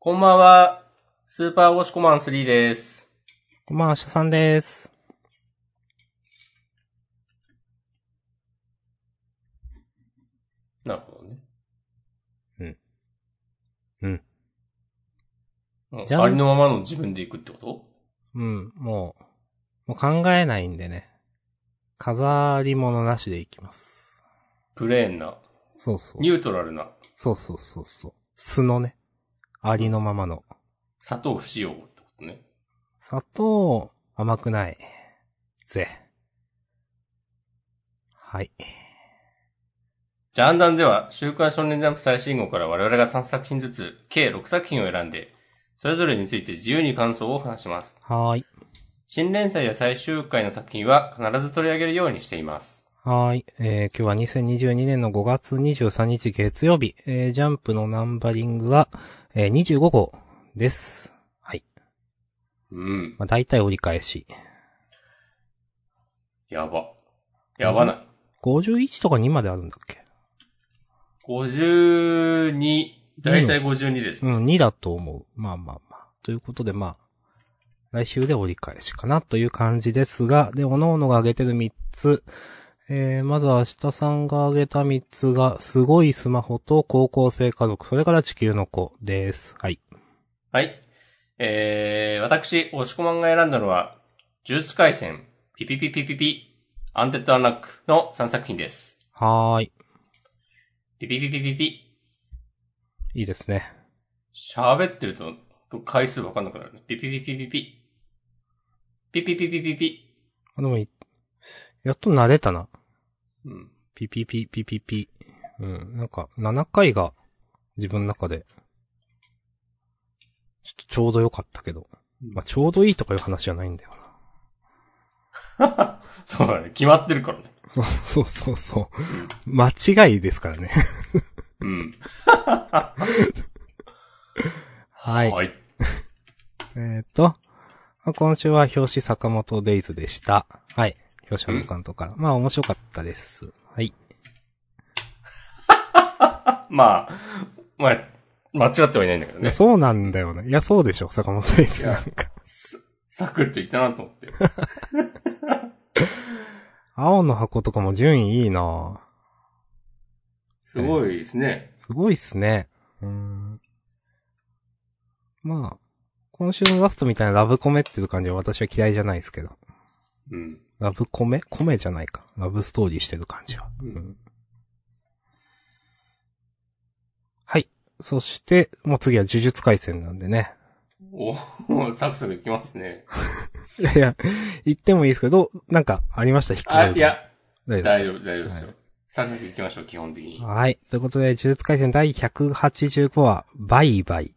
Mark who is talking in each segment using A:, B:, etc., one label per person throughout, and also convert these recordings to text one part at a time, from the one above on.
A: こんばんは。スーパーウォシコマン3です。
B: こんばんは、しゃさんです。
A: なるほどね。
B: うん。
A: うん
B: じゃん
A: ありのままの自分で行くってこと
B: うん、もう、もう考えないんでね。飾り物なしでいきます。
A: プレーンな、
B: そうそう
A: ニ。ュートラルな、
B: そうそうそうそう。素のね。ありのままの。
A: 砂糖不使用ってことね。
B: 砂糖、甘くない。ぜ。はい。
A: ジャンダンでは、週刊少年ジャンプ最新号から我々が3作品ずつ、計6作品を選んで、それぞれについて自由に感想を話します。
B: はーい。
A: 新連載や最終回の作品は必ず取り上げるようにしています。
B: はーい。えー、今日は2022年の5月23日月曜日、えー、ジャンプのナンバリングは、えー、25号です。はい。
A: うん。
B: まあ、大体折り返し。
A: やば。やばない。
B: 51とか2まであるんだっけ
A: 52、だいたい52です
B: う
A: ね。
B: ん、2だと思う。まあまあまあ。ということで、まあ、来週で折り返しかなという感じですが、で、各々が挙げてる3つ。えー、まずは明日さんが挙げた3つが、すごいスマホと高校生家族、それから地球の子です。はい。
A: はい。えー、私、押し込まんが選んだのは、呪術回戦、ピピピピピピ、アンテッドアンラックの3作品です。
B: はーい。
A: ピピピピピピ。
B: いいですね。
A: 喋ってると、と回数わかんなくなるね。ピピピピピピ。ピピピピピピ。
B: あでもい、やっと慣れたな。
A: うん。
B: ピピピピピピ。うん。なんか、7回が自分の中で、ちょっとちょうど良かったけど。まあ、ちょうどいいとかいう話じゃないんだよな。
A: そうだね。決まってるからね。
B: そうそうそうそう。間違いですからね。
A: うん。
B: はい。
A: はい。
B: えっ、ー、と、まあ今週は表紙坂本デイズでした。はい。表紙の監督から。まあ面白かったです。はい。
A: まあ、まあ、間違ってはいないんだけど
B: いや、
A: ね。
B: そうなんだよね。いや、そうでしょ、坂本デイズなんか。
A: サクッと言ったなと思って。
B: 青の箱とかも順位いいなぁ
A: すごいですね。
B: すごいっすね。うーん。まあ、今週のラストみたいなラブコメっていう感じは私は嫌いじゃないですけど。
A: うん。
B: ラブコメコメじゃないか。ラブストーリーしてる感じは。うん。はい。そして、もう次は呪術回戦なんでね。
A: おーサクサクいきますね。
B: いやいや、言ってもいいですけど、なんかありました引っかか
A: あ、
B: る
A: いや、
B: 大
A: 大
B: 夫。
A: 丈夫、大丈夫ですよ。サクサクいきましょう、基本的に。
B: はい。ということで、呪術回戦第185話、バイバイ。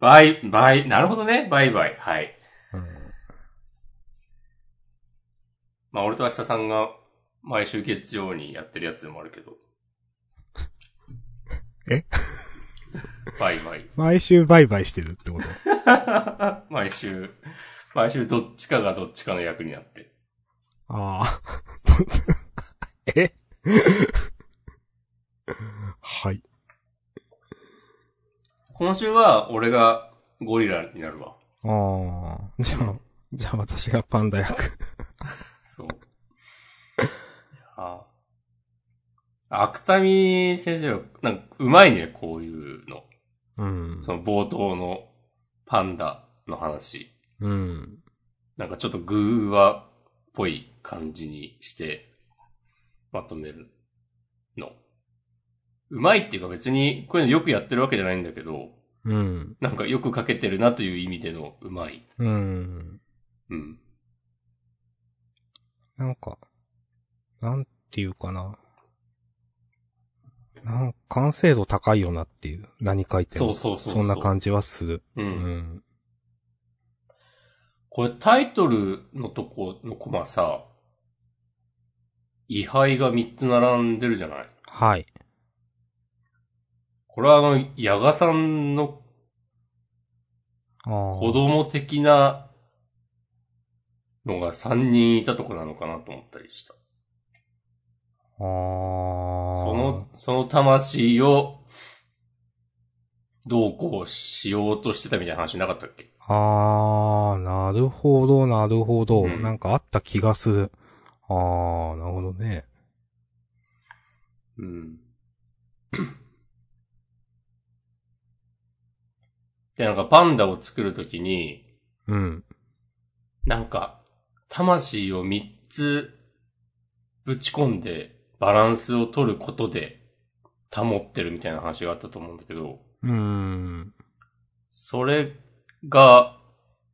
A: バイ、バイ、なるほどね。バイバイ。はい。まあ、俺と明日さんが毎週月曜にやってるやつでもあるけど。
B: え
A: バイバイ。
B: 毎週バイバイしてるってこと
A: 毎週、毎週どっちかがどっちかの役になって。
B: ああ。 えはい。
A: 今週は俺がゴリラになるわ。
B: ああ。じゃあ、じゃあ私がパンダ役。
A: そう。ああ。アクタミ先生は、なんか、うまいね、こういうの。
B: うん
A: その冒頭のパンダの話。
B: うん。
A: なんかちょっとグーワっぽい感じにして、まとめるの。うまいっていうか別に、こういうのよくやってるわけじゃないんだけど、
B: うん。
A: なんかよく書けてるなという意味でのうまい。
B: うん。
A: うん。
B: なんか、なんていうかな。なんか完成度高いよなっていう。何書いて
A: そ
B: も。
A: うそうそう
B: そんな
A: じ。
B: 感じはする。
A: う。
B: うんん。
A: これタイトルのとこのコマさ、位牌が3つ並んでるじゃない
B: はい。
A: これはあの、ヤガさんの
B: ああ。
A: 子供的なのが3人いたとこなのかなと思ったりした。
B: ああ。
A: その、その魂を、どうこうしようとしてたみたいな話なかったっけ
B: あー、なるほど、なるほど。
A: うん
B: なんかあった気がする。あー、なるほどね。
A: うん。で、なんかパンダを作るときに、
B: うん。
A: なんか、魂を3つぶち込んでバランスを取ることで保ってるみたいな話があったと思うんだけど、
B: うーん。
A: それが、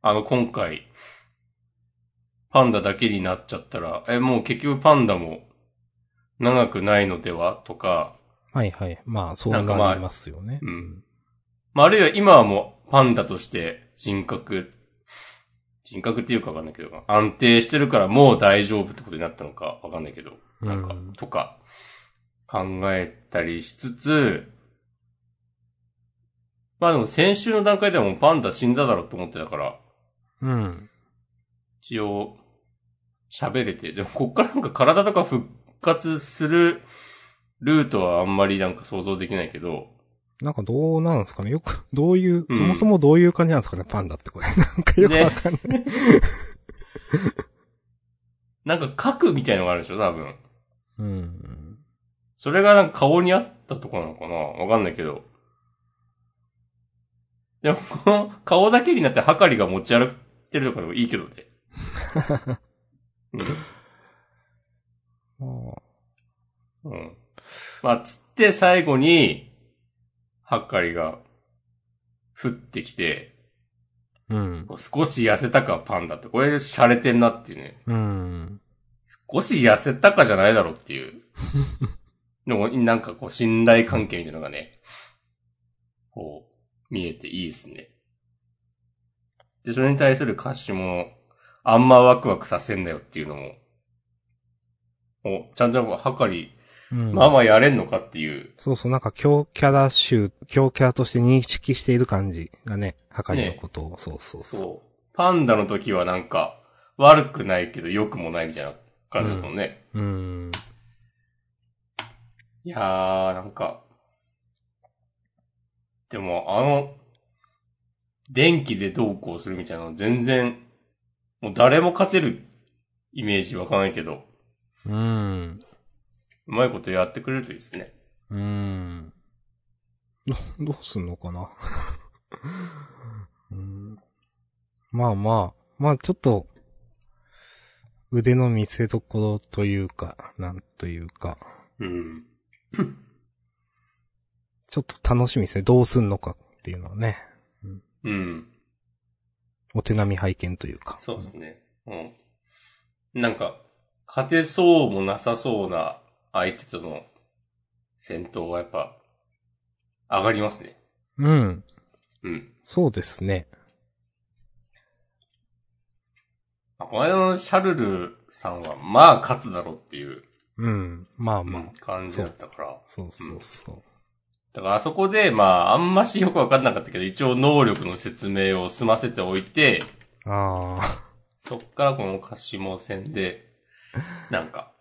A: あの、今回、パンダだけになっちゃったら、え、もう結局パンダも長くないのではとか、
B: はいはい。まあ、そう
A: な
B: なん
A: かまあ
B: りますよね。
A: うん。まあ、あるいは今はもうパンダとして人格、人格っていうかわかんないけど、安定してるからもう大丈夫ってことになったのかわかんないけど、なんか
B: うん、
A: とか、考えたりしつつ、まあでも先週の段階ではもうパンダ死んだだろうと思ってたから、
B: うん。
A: 一応、喋れて、でもこっからなんか体とか復活するルートはあんまりなんか想像できないけど、
B: なんかどうなんですかねよく、 どういう、
A: うん
B: そもそもどういう感じなんですかねパンダって これ。なんかよくわかんない。
A: なんか核みたいのがあるでしょ、多分。
B: うん。
A: それがなんか顔にあったとこなのかなわかんないけど。でも、この顔だけになってはかりが持ち歩いてるとかでもいいけ どね。
B: ま
A: うん。うん。まあ、つって最後に、はかりが、降ってきて、
B: あうん。
A: 少し痩せたかパンダって、これ洒落てんなっていうね。
B: うん。
A: 少し痩せたかじゃないだろうって いう。でも、なんかこう、信頼関係みたいなのがね、こう、見えていいですね。で、それに対する歌詞も、あんまワクワクさせんなよっていうのも、お、ちゃんとはかり、
B: うん。
A: まあまあやれんのかっていう、
B: そうそう、なんか強キャラ集、強キャラとして認識している感じがね、はかりのことを、そうそうそう。
A: そう。パンダの時はなんか、悪くないけど良くもないみたいな感じだったもんね。
B: うん。
A: いやー、なんか、でもあの、電気でどうこうするみたいなの全然、もう誰も勝てるイメージわかんないけど、
B: うん。
A: うまいことやってくれるといいですね。
B: うん。ど、 どうすんのかな、 うん、まあまあ、まあちょっと、腕の見せ所というか、なんというか、
A: うん。
B: ちょっと楽しみですね。どうすんのかっていうのはね、
A: うん。
B: お手並み拝見というか。
A: そうですね。うん。なんか、勝てそうもなさそうな相手との戦闘はやっぱ、上がりますね。
B: うん。
A: うん。
B: そうですね。
A: まあこの間のシャルルさんは、まあ勝つだろうっていう
B: うん。まあまあ。
A: 感じだったから。
B: そうそうそう。
A: だからあそこで、まあ、あんましよくわかんなかったけど、一応能力の説明を済ませておいて、
B: ああ。
A: そっからこのカシモ戦で、なんか、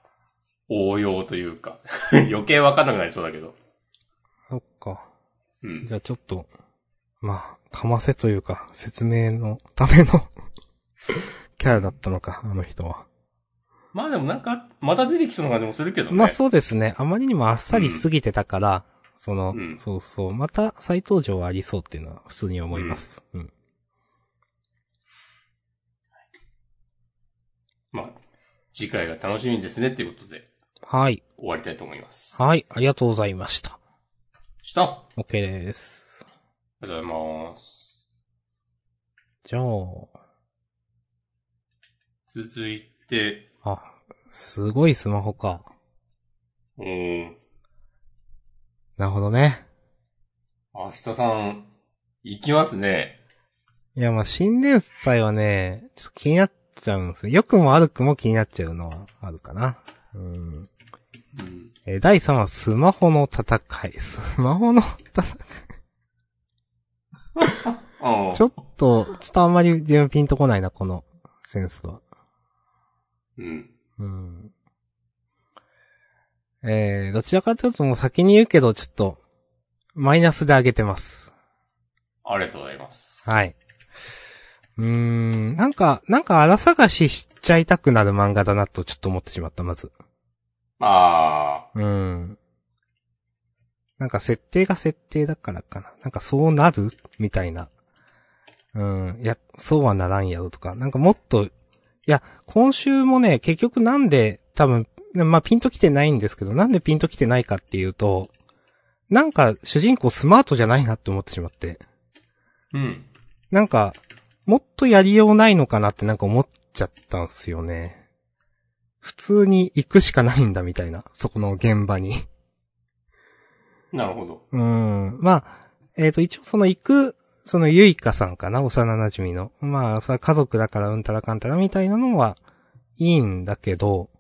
A: 応用というか、 余計わかんなくなりそうだけど。
B: そっか。
A: うん。
B: じゃあちょっと、まあ、かませというか、説明のための キャラだったのか、あの人は。
A: まあでもなんか、また出てきそうな感じもするけどね。
B: まあそうですね。あまりにもあっさりしすぎてたから、その、
A: うん
B: そうそう。また再登場はありそうっていうのは普通に思います。うん。
A: まあ、次回が楽しみですねっていうことで、
B: はい。
A: 終わりたいと思います。
B: はい。ありがとうございました。
A: したあ
B: OK です。
A: りがとうございます。
B: じゃあ、
A: 続いて、
B: あ、すごいスマホか。
A: うーん、
B: なるほどね。
A: 明日さん、行きますね。
B: いや、まあ、新年祭はね、ちょっと気になっちゃうんですよ。良くも悪くも気になっちゃうのはあるかな。うん。
A: うん。
B: えー第3話、スマホの戦い。 スマホの戦い。
A: ああ
B: ちょっと、ちょっとあんまり自分ピンとこないな、このセンスは。
A: うん。
B: うん。えー、どちらかというともう先に言うけど、ちょっと、マイナスで上げてます。
A: ありがとうございます。
B: はい。うーん、なんか、なんか荒探ししちゃいたくなる漫画だなとちょっと思ってしまった、まず。
A: あ
B: うん。なんか設定が設定だからかな。なんかそうなるみたいな。うん。いや、そうはならんやろとか。なんかもっと、いや、今週もね、結局なんで多分、まあピンときてないんですけど、なんでピンときてないかっていうと、なんか主人公スマートじゃないなって思ってしまって。
A: ー。うん。
B: なんか、もっとやりようないのかなってなんか思っちゃったんすよね。普通に行くしかないんだみたいな、そこの現場に。
A: なるほど。
B: うん。まあ、えっ、と、一応その行く、そのゆいかさんかな、幼馴染の。まあ、それは家族だからうんたらかんたらみたいなのは、いいんだけど、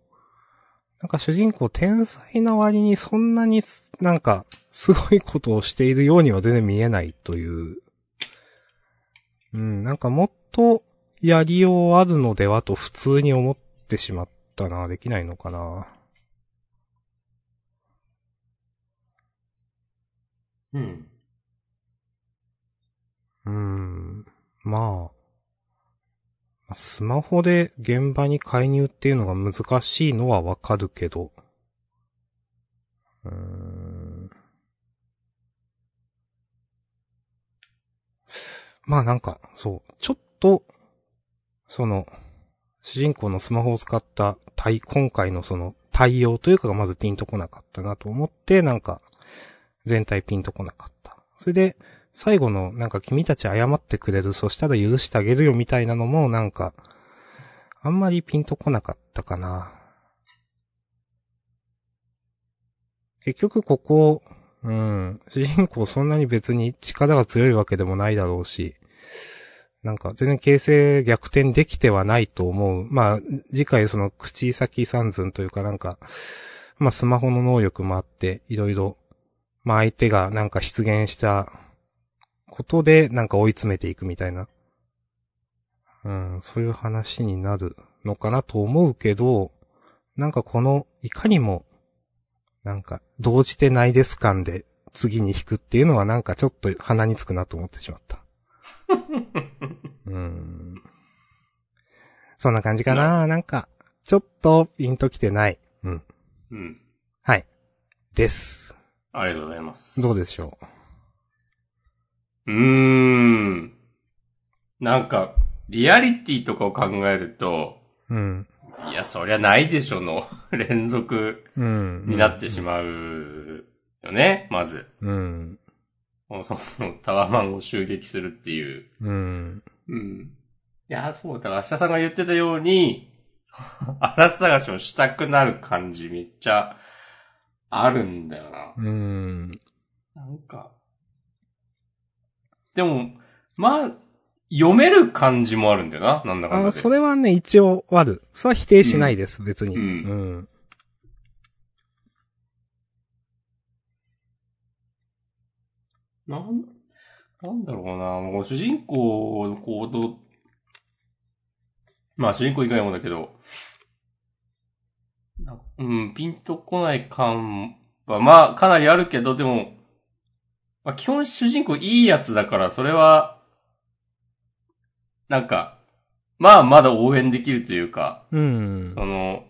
B: なんか主人公天才な割にそんなにす、なんか、すごいことをしているようには全然見えないという。うん、なんかもっとやりようあるのではと普通に思ってしまったな。できないのかな。
A: うん。
B: うーん。まあ。まあスマホで現場に介入っていうのが難しいのはわかるけど。うーん。まあなんか、そう。ちょっと、その、主人公のスマホを使った対、今回のその対応というかがまずピンとこなかったなと思って、なんか、全体ピンとこなかった。それで、最後の、なんか君たち謝ってくれる、そしたら許してあげるよみたいなのも、なんか、あんまりピンとこなかったかな。結局ここ、うん、主人公そんなに別に力が強いわけでもないだろうし、なんか全然形勢逆転できてはないと思う。まあ、次回その口先三寸というかなんか、まあスマホの能力もあって、いろいろ、まあ相手がなんか出現したことで、なんか追い詰めていくみたいな。うん、そういう話になるのかなと思うけど、なんかこの、いかにも、なんか、動じてないです感で、次に引くっていうのはなんかちょっと鼻につくなと思ってしまった。うん。そんな感じかななんか、ちょっと、ピンときてない。うん。
A: うん。
B: はい。です。
A: ありがとうございます。
B: どうでしょ
A: うーん。なんか、リアリティとかを考えると、
B: ううん。
A: いや、そりゃないでしょの 連続
B: うん。
A: になってしまうよね、まず。
B: うん。
A: もうそもそもタワマンを襲撃するっていう。
B: うん。
A: うん。いや、そう、だから明日さんが言ってたように、荒探しをしたくなる感じめっちゃあるんだよな。
B: うん。
A: なんか。でも、まあ、読める感じもあるんだよな、なんだかんだ
B: あ
A: で。
B: それはね、一応ある。それは否定しないです、別に。
A: う
B: うんん。
A: なん、なんだろうな、もう主人公の行動、まあ主人公以外もだけど、なうん、ピンとこない感は、まあかなりあるけど、でも、まあ基本主人公いいやつだから、それは、なんか、まあまだ応援できるというか、
B: うん。
A: その、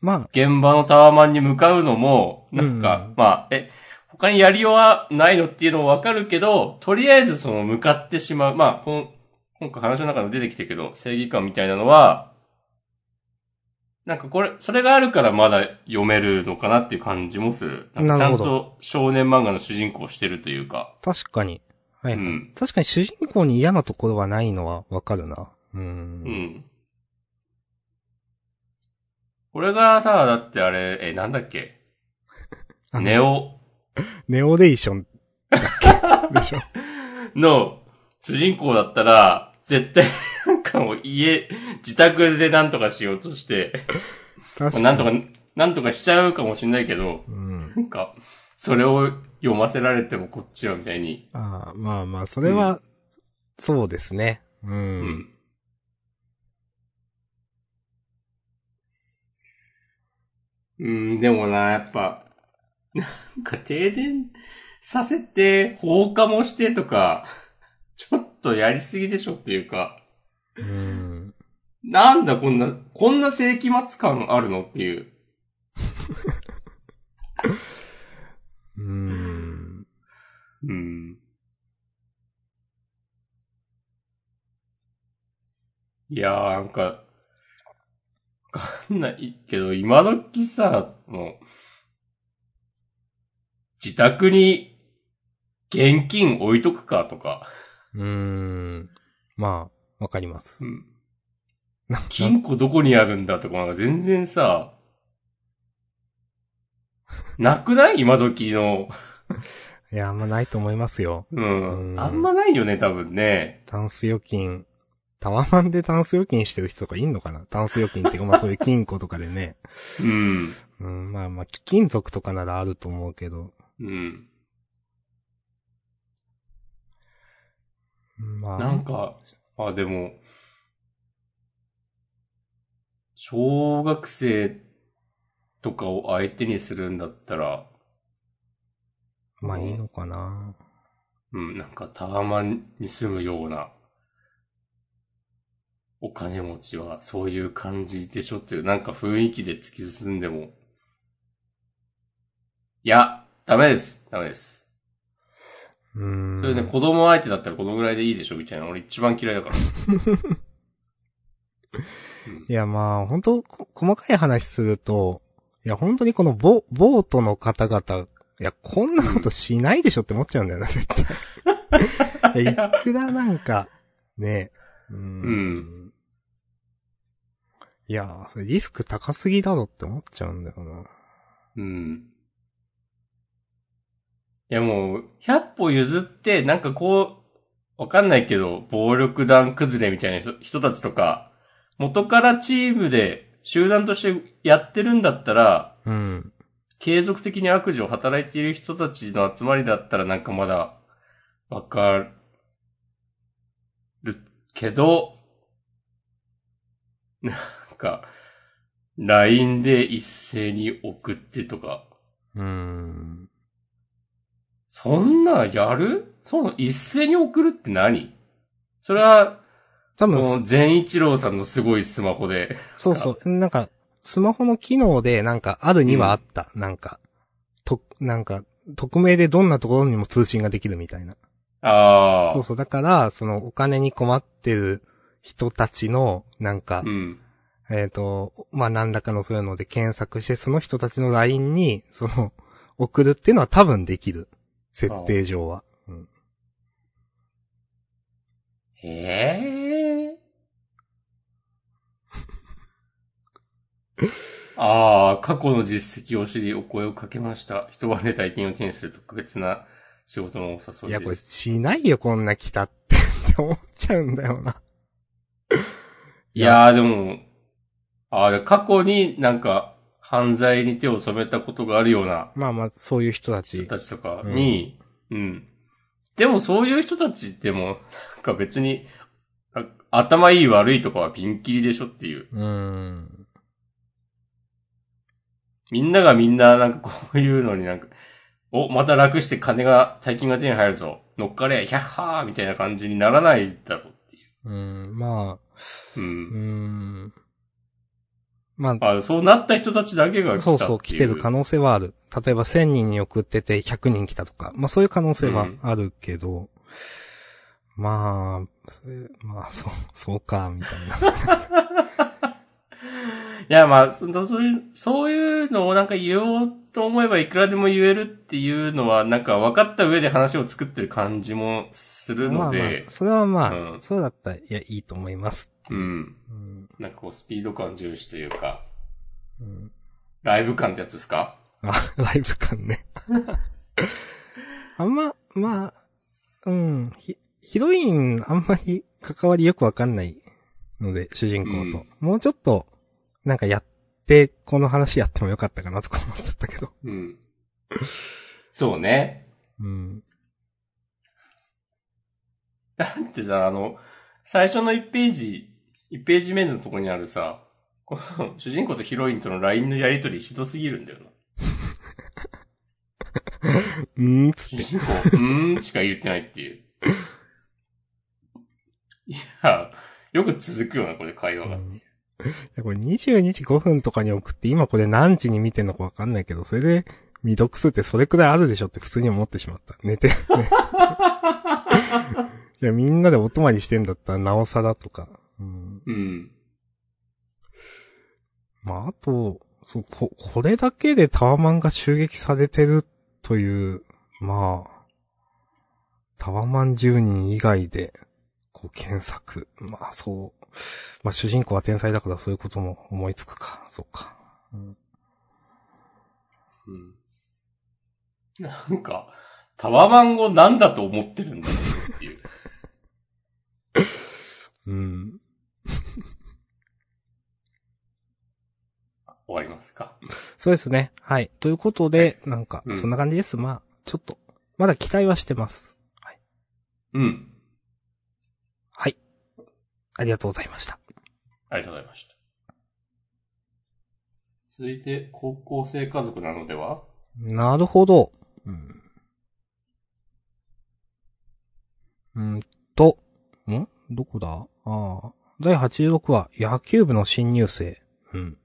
B: ま
A: 現場のタワマンに向かうのも、なん
B: う
A: か、
B: ん
A: まあ、え、他にやりようはないのっていうのはわかるけど、とりあえずその向かってしまう。まあ、こん今回話の中でも出てきたけど、正義感みたいなのは、なんかこれ、それがあるからまだ読めるのかなっていう感じもする。なんかち
B: な
A: ゃ
B: る
A: ん
B: ほ
A: と少年漫画の主人公をしてるというか
B: あ、。確かに。は
A: う
B: い。
A: ん。
B: 確かに主人公に嫌なところはないのはわかるな。う。
A: うんん。これがさ、だってあれ、え、なんだっけ
B: あの
A: ネオ、
B: ネオレーションだっ けでしょ。
A: の主人公だったら、絶対なんかもう家、自宅でなんとかしようとして、
B: 確かに。
A: なんとか、なんとかしちゃうかもしれないけど、
B: うん。
A: なんか、それを読ませられてもこっちはみたいに。
B: ああ、まあまあ、それは、そうですね。う。
A: うんん。うん、でもな、やっぱ、なんか停電させて、放火もしてとか、ちょっとやりすぎでしょっていうか、
B: うん。
A: なんだこんな、こんな世紀末感あるのっていう。
B: うん。
A: うん。いやー、なんか、わかんないけど、今時さ、もう、自宅に現金置いとくかとか、
B: うん。まあ、わかります。
A: 金庫どこにあるんだとか、なんか全然さ、なくない今時の。
B: いや、あんまないと思いますよ。
A: う。
B: うんん
A: あんまないよね、多分ね。
B: タンス預金、タワマンでタンス預金してる人とかいんのかなタンス預金っていうか、まあそういう金庫とかでね。
A: うん。
B: うん、まあまあ、貴金属とかならあると思うけど。
A: うん。
B: まあ。
A: なんか、あ、でも、小学生とかを相手にするんだったら、
B: まあいいのかな。
A: うん、なんかタワマンに住むような、お金持ちはそういう感じでしょっていう、なんか雰囲気で突き進んでも、いや、ダメです、ダメです。
B: うん。
A: それね、子供相手だったらこのぐらいでいいでしょみたいな、俺一番嫌いだから。
B: いやまあ、本当こ細かい話すると、いや本当にこのボ、ボートの方々、いや、こんなことしないでしょって思っちゃうんだよな、絶 対。いや、いくらなんか、ねえ。うん。
A: うん
B: いや、それリスク高すぎだろって思っちゃうんだよな。
A: うん。いやもう、100歩譲って、なんかこう、わかんないけど、暴力団崩れみたいな人人たちとか、元からチームで、集団としてやってるんだったら、
B: うん。
A: 継続的に悪事を働いている人たちの集まりだったらなんかまだ、わかるけど、 なんか、LINE で一斉に送ってとか、
B: うん。
A: そんなやるその一斉に送るって何それは、
B: 多
A: こ
B: 分、
A: の善一郎さんのすごいスマホで。
B: そうそう。なんか、スマホの機能で、なんか、あるにはあった。なんか、と、なんか、匿名でどんなところにも通信ができるみたいな。
A: ああ。
B: そうそう。だから、その、お金に困ってる人たちの、なんか、
A: うん。
B: えっ、と、まあ、何らかのそういうので検索して、その人たちの LINE に、その、送るっていうのは多分できる。設定上は。
A: へえ。ああ、過去の実績を知りお声をかけました。一晩で大金を手にする特別な仕事のお
B: い
A: 誘い
B: や、こ
A: で
B: れ、
A: す。
B: しないよ、こんな来たって、 って思っちゃうんだよな。
A: いやーでも、ああ、過去になんか犯罪に手を染めたことがあるような
B: まあまあ、そういう人たち。
A: 人たちとかに、うん、でもそういう人たちっても、なんか別に、あ頭いい悪いとかはピンキリでしょっていう。
B: うーん。
A: みんながみんななんかこういうのになんか、お、また楽して金が、大金が手に入るぞ。乗っかれ、ヒャッハーみたいな感じにならないだろうっていう
B: ーん、まあ、
A: う。う
B: うー
A: ん。
B: ん。まあ、
A: あそうなった人たちだけが来たってい。
B: そううそう、来てる可能性はある。例えば1000人に送ってて100人来たとか、まあそういう可能性はあるけど、まあ、それまあ、そう、そうか、みたいな。
A: いや、まあ、そのそういう、そういうのをなんか言おうと思えばいくらでも言えるっていうのは、なんか分かった上で話を作ってる感じもする
B: ま
A: の
B: あまあ
A: で、、
B: それはまあ、
A: うん
B: そうだったら、いや、いいと思います。
A: うん。
B: うん。
A: なんかこう、スピード感重視というか、
B: うん、
A: ライブ感ってやつですか
B: あ、 ライブ感ね。あんま、まあ、うん、ひ、ヒロインあんまり関わりよくわかんないので、主人公と。もうちょっと、なんかやって、この話やってもよかったかなとか思っちゃったけど。
A: うん。そうね。
B: うん。
A: だってさ、あの、最初の1ページ、1ページ目のとこにあるさ、この主人公とヒロインとの LINE のやりとりひどすぎるんだよな。
B: うーん、つって。
A: 主人公、うーんしか言ってないっていう。いや、よく続くよな、これ会話がっていう。
B: これ22時5分とかに送って、今これ何時に見てんのかわかんないけど、それで、未読数ってそれくらいあるでしょって普通に思ってしまった。寝て。 いや、みんなでお泊まりしてんだったら、なおさらとか。うん。
A: うん。
B: まあ、あと、そう、こ、これだけでタワマンが襲撃されてるという、まあ、タワマン10人以外で、こう検索。まあ、そう。まあ、主人公は天才だからそういうことも思いつくか。そうか。
A: うん。なんか、タワマンを何だと思ってるんだろうっていう。
B: うん。
A: 終わりますか。
B: そうですね。はい。ということで、なんか
A: う、ん
B: そんな感じです。まあ、ちょっと、まだ期待はしてます。
A: うん。
B: はい。ありがとうございました。
A: ありがとうございました。続いて、高校生家族なのでは
B: なるほど。うん。うんと、んどこだああ。第86話、野球部の新入生。うん。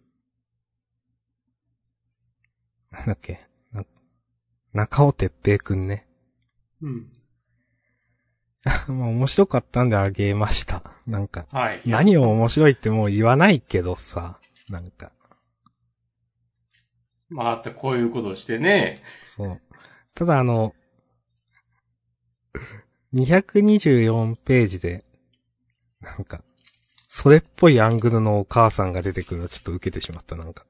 B: なんだっけな中尾哲平くんね。
A: うん。
B: まあ面白かったんであげました。なんか。
A: はい。
B: 何を面白いってもう言わないけどさ、なんか、
A: まあ、だってこういうことをしてね。
B: そう。ただあの、224ページで、なんか、それっぽいアングルのお母さんが出てくるのちょっと受けてしまった、なんか。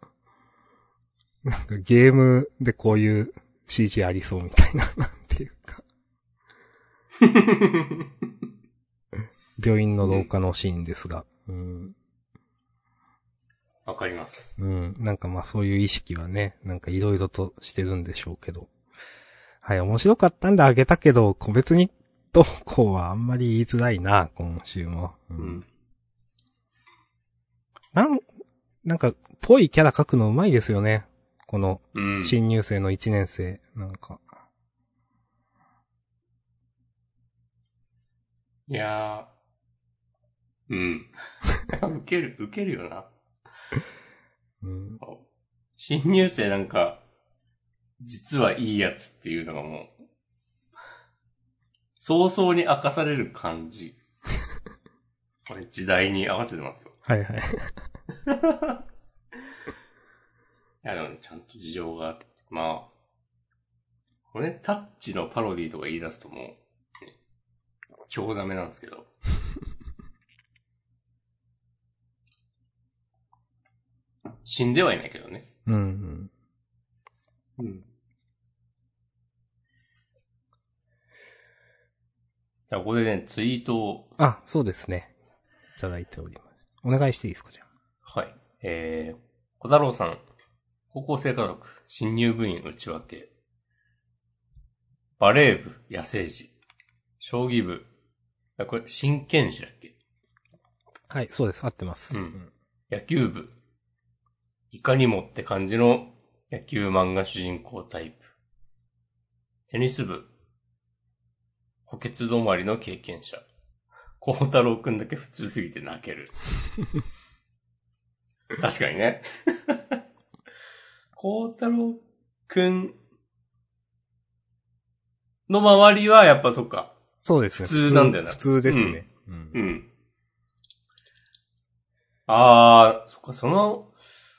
B: なんかゲームでこういう CG ありそうみたいな、なんていうか。病院の廊下のシーンですが。うん
A: わかります。
B: うん。なんかまあそういう意識はね、なんかいろいろとしてるんでしょうけど。はい、面白かったんであげたけど、個別にどうこうはあんまり言いづらいな、今週も。う
A: う。ん。
B: なん、なんか、ぽいキャラ描くのうまいですよね。この、
A: うん。
B: 新入生の1年生。なんか。
A: いやー。うん。 受ける、受けるよな。
B: うん。
A: 新入生なんか、実はいいやつっていうのがもう、早々に明かされる感じ。 これ時代に合わせてますよ。
B: はいはい。
A: いやでもね、ちゃんと事情があって、まあ、これねタッチのパロディとか言い出すともう、ね、興ざめなんですけ ど。死んではいないけどね。
B: うんうん。
A: うん。じゃあ、ここでね、ツイートを、
B: あ、そうですね。いただいております。お願いしていいですか、じゃあ。
A: はい。えー、小太郎さん、高校生家族、新入部員内訳、バレー部、野生児、将棋部、あこれ、真剣士だっけ
B: はい、そうです。合ってます。
A: うん野球部。いかにもって感じの野球漫画主人公タイプ。テニス部。補欠止まりの経験者。孝太郎くんだけ普通すぎて泣け る。確かにね。 孝太郎くんの周りはやっぱそっか。
B: そうですね。
A: 普通なんだよな
B: 普通ですね。うん
A: うん。あー、そっか、その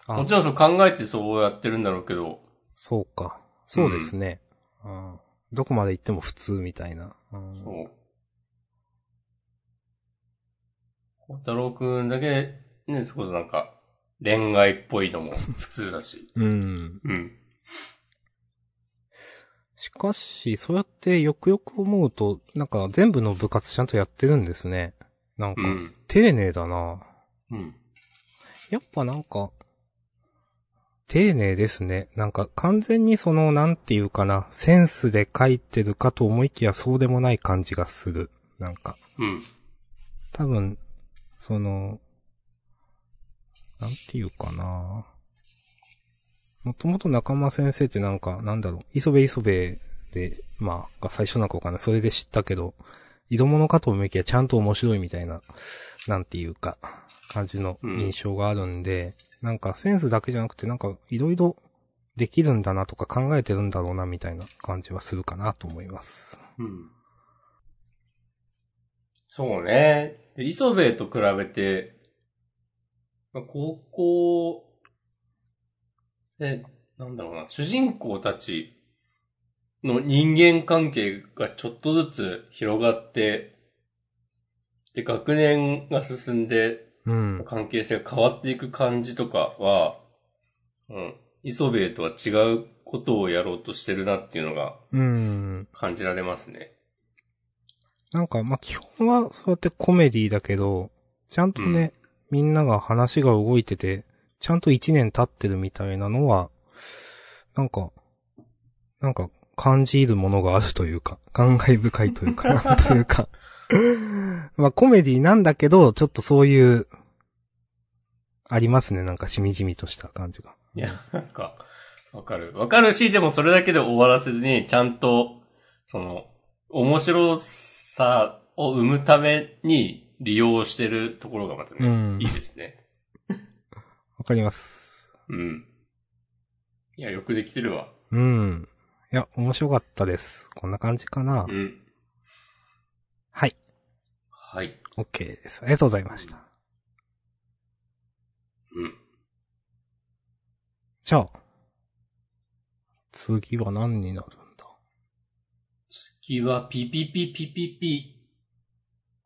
B: あ
A: もちろんそう考えてそうやってるんだろうけど、
B: そうか。そうですね。うんどこまで行っても普通みたいな。うん
A: そう。小太郎くんだけ、ね、そこそなんか、恋愛っぽいのも普通だし。
B: うん。
A: うん。
B: しかし、そうやってよくよく思うと、なんか全部の部活ちゃんとやってるんですね。なんか
A: う、ん。
B: 丁寧だな。
A: うん。
B: やっぱなんか、丁寧ですね。なんか完全にその、なんていうかな、センスで書いてるかと思いきやそうでもない感じがする。なんか。
A: うん。
B: 多分、その、なんていうかな。もともと仲間先生ってなんか、なんだろう、磯部磯部で、まあ、が最初なのかわかんない。それで知ったけど、色物かと思いきやちゃんと面白いみたいな、なんていうか、感じの印象があるんで、なんかセンスだけじゃなくて、なんかいろいろできるんだなとか考えてるんだろうなみたいな感じはするかなと思います。
A: うん。そうね。で磯部と比べて、まあ、高校、で、なんだろうな、主人公たちの人間関係がちょっとずつ広がって、で、学年が進んで、
B: うん。
A: 関係性が変わっていく感じとかは、うん、磯部とは違うことをやろうとしてるなっていうのが
B: うん。
A: 感じられますね。
B: なんか、まあ、基本はそうやってコメディだけど、ちゃんとね、みんなが話が動いてて、ちゃんと一年経ってるみたいなのは、なんか、なんか感じるものがあるというか、 感慨深いという か、なんというか。 まあ、コメディなんだけど、ちょっとそういう、ありますね、なんかしみじみとした感じが。
A: いや、なんか、わかる。わかるし、でもそれだけで終わらせずに、ちゃんと、その、面白さを生むために利用してるところがまたね、
B: うん
A: いいですね。
B: わかります。
A: うん。いや、よくできてるわ。
B: うん。いや、面白かったです。こんな感じかな
A: う。ん。
B: はい。
A: はい。
B: OK です。ありがとうございました。
A: うん。
B: じゃあ、次は何になるんだ
A: 次は、ピピピピピピ。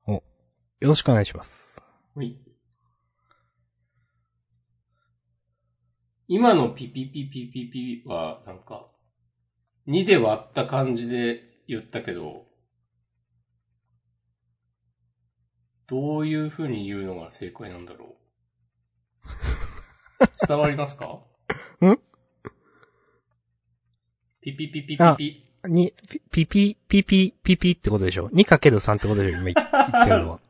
B: よろしくお願いします。
A: はい。今のピピピピピピは、なんか、2で割った感じで言ったけど、どういう風に言うのが正解なんだろう。伝わりますか
B: ん
A: ピピピピピ
B: あ
A: ピ。
B: に、ピピ、ピピ、ピピってことでしょ ?2×3 ってことでしょ今言ってる のは。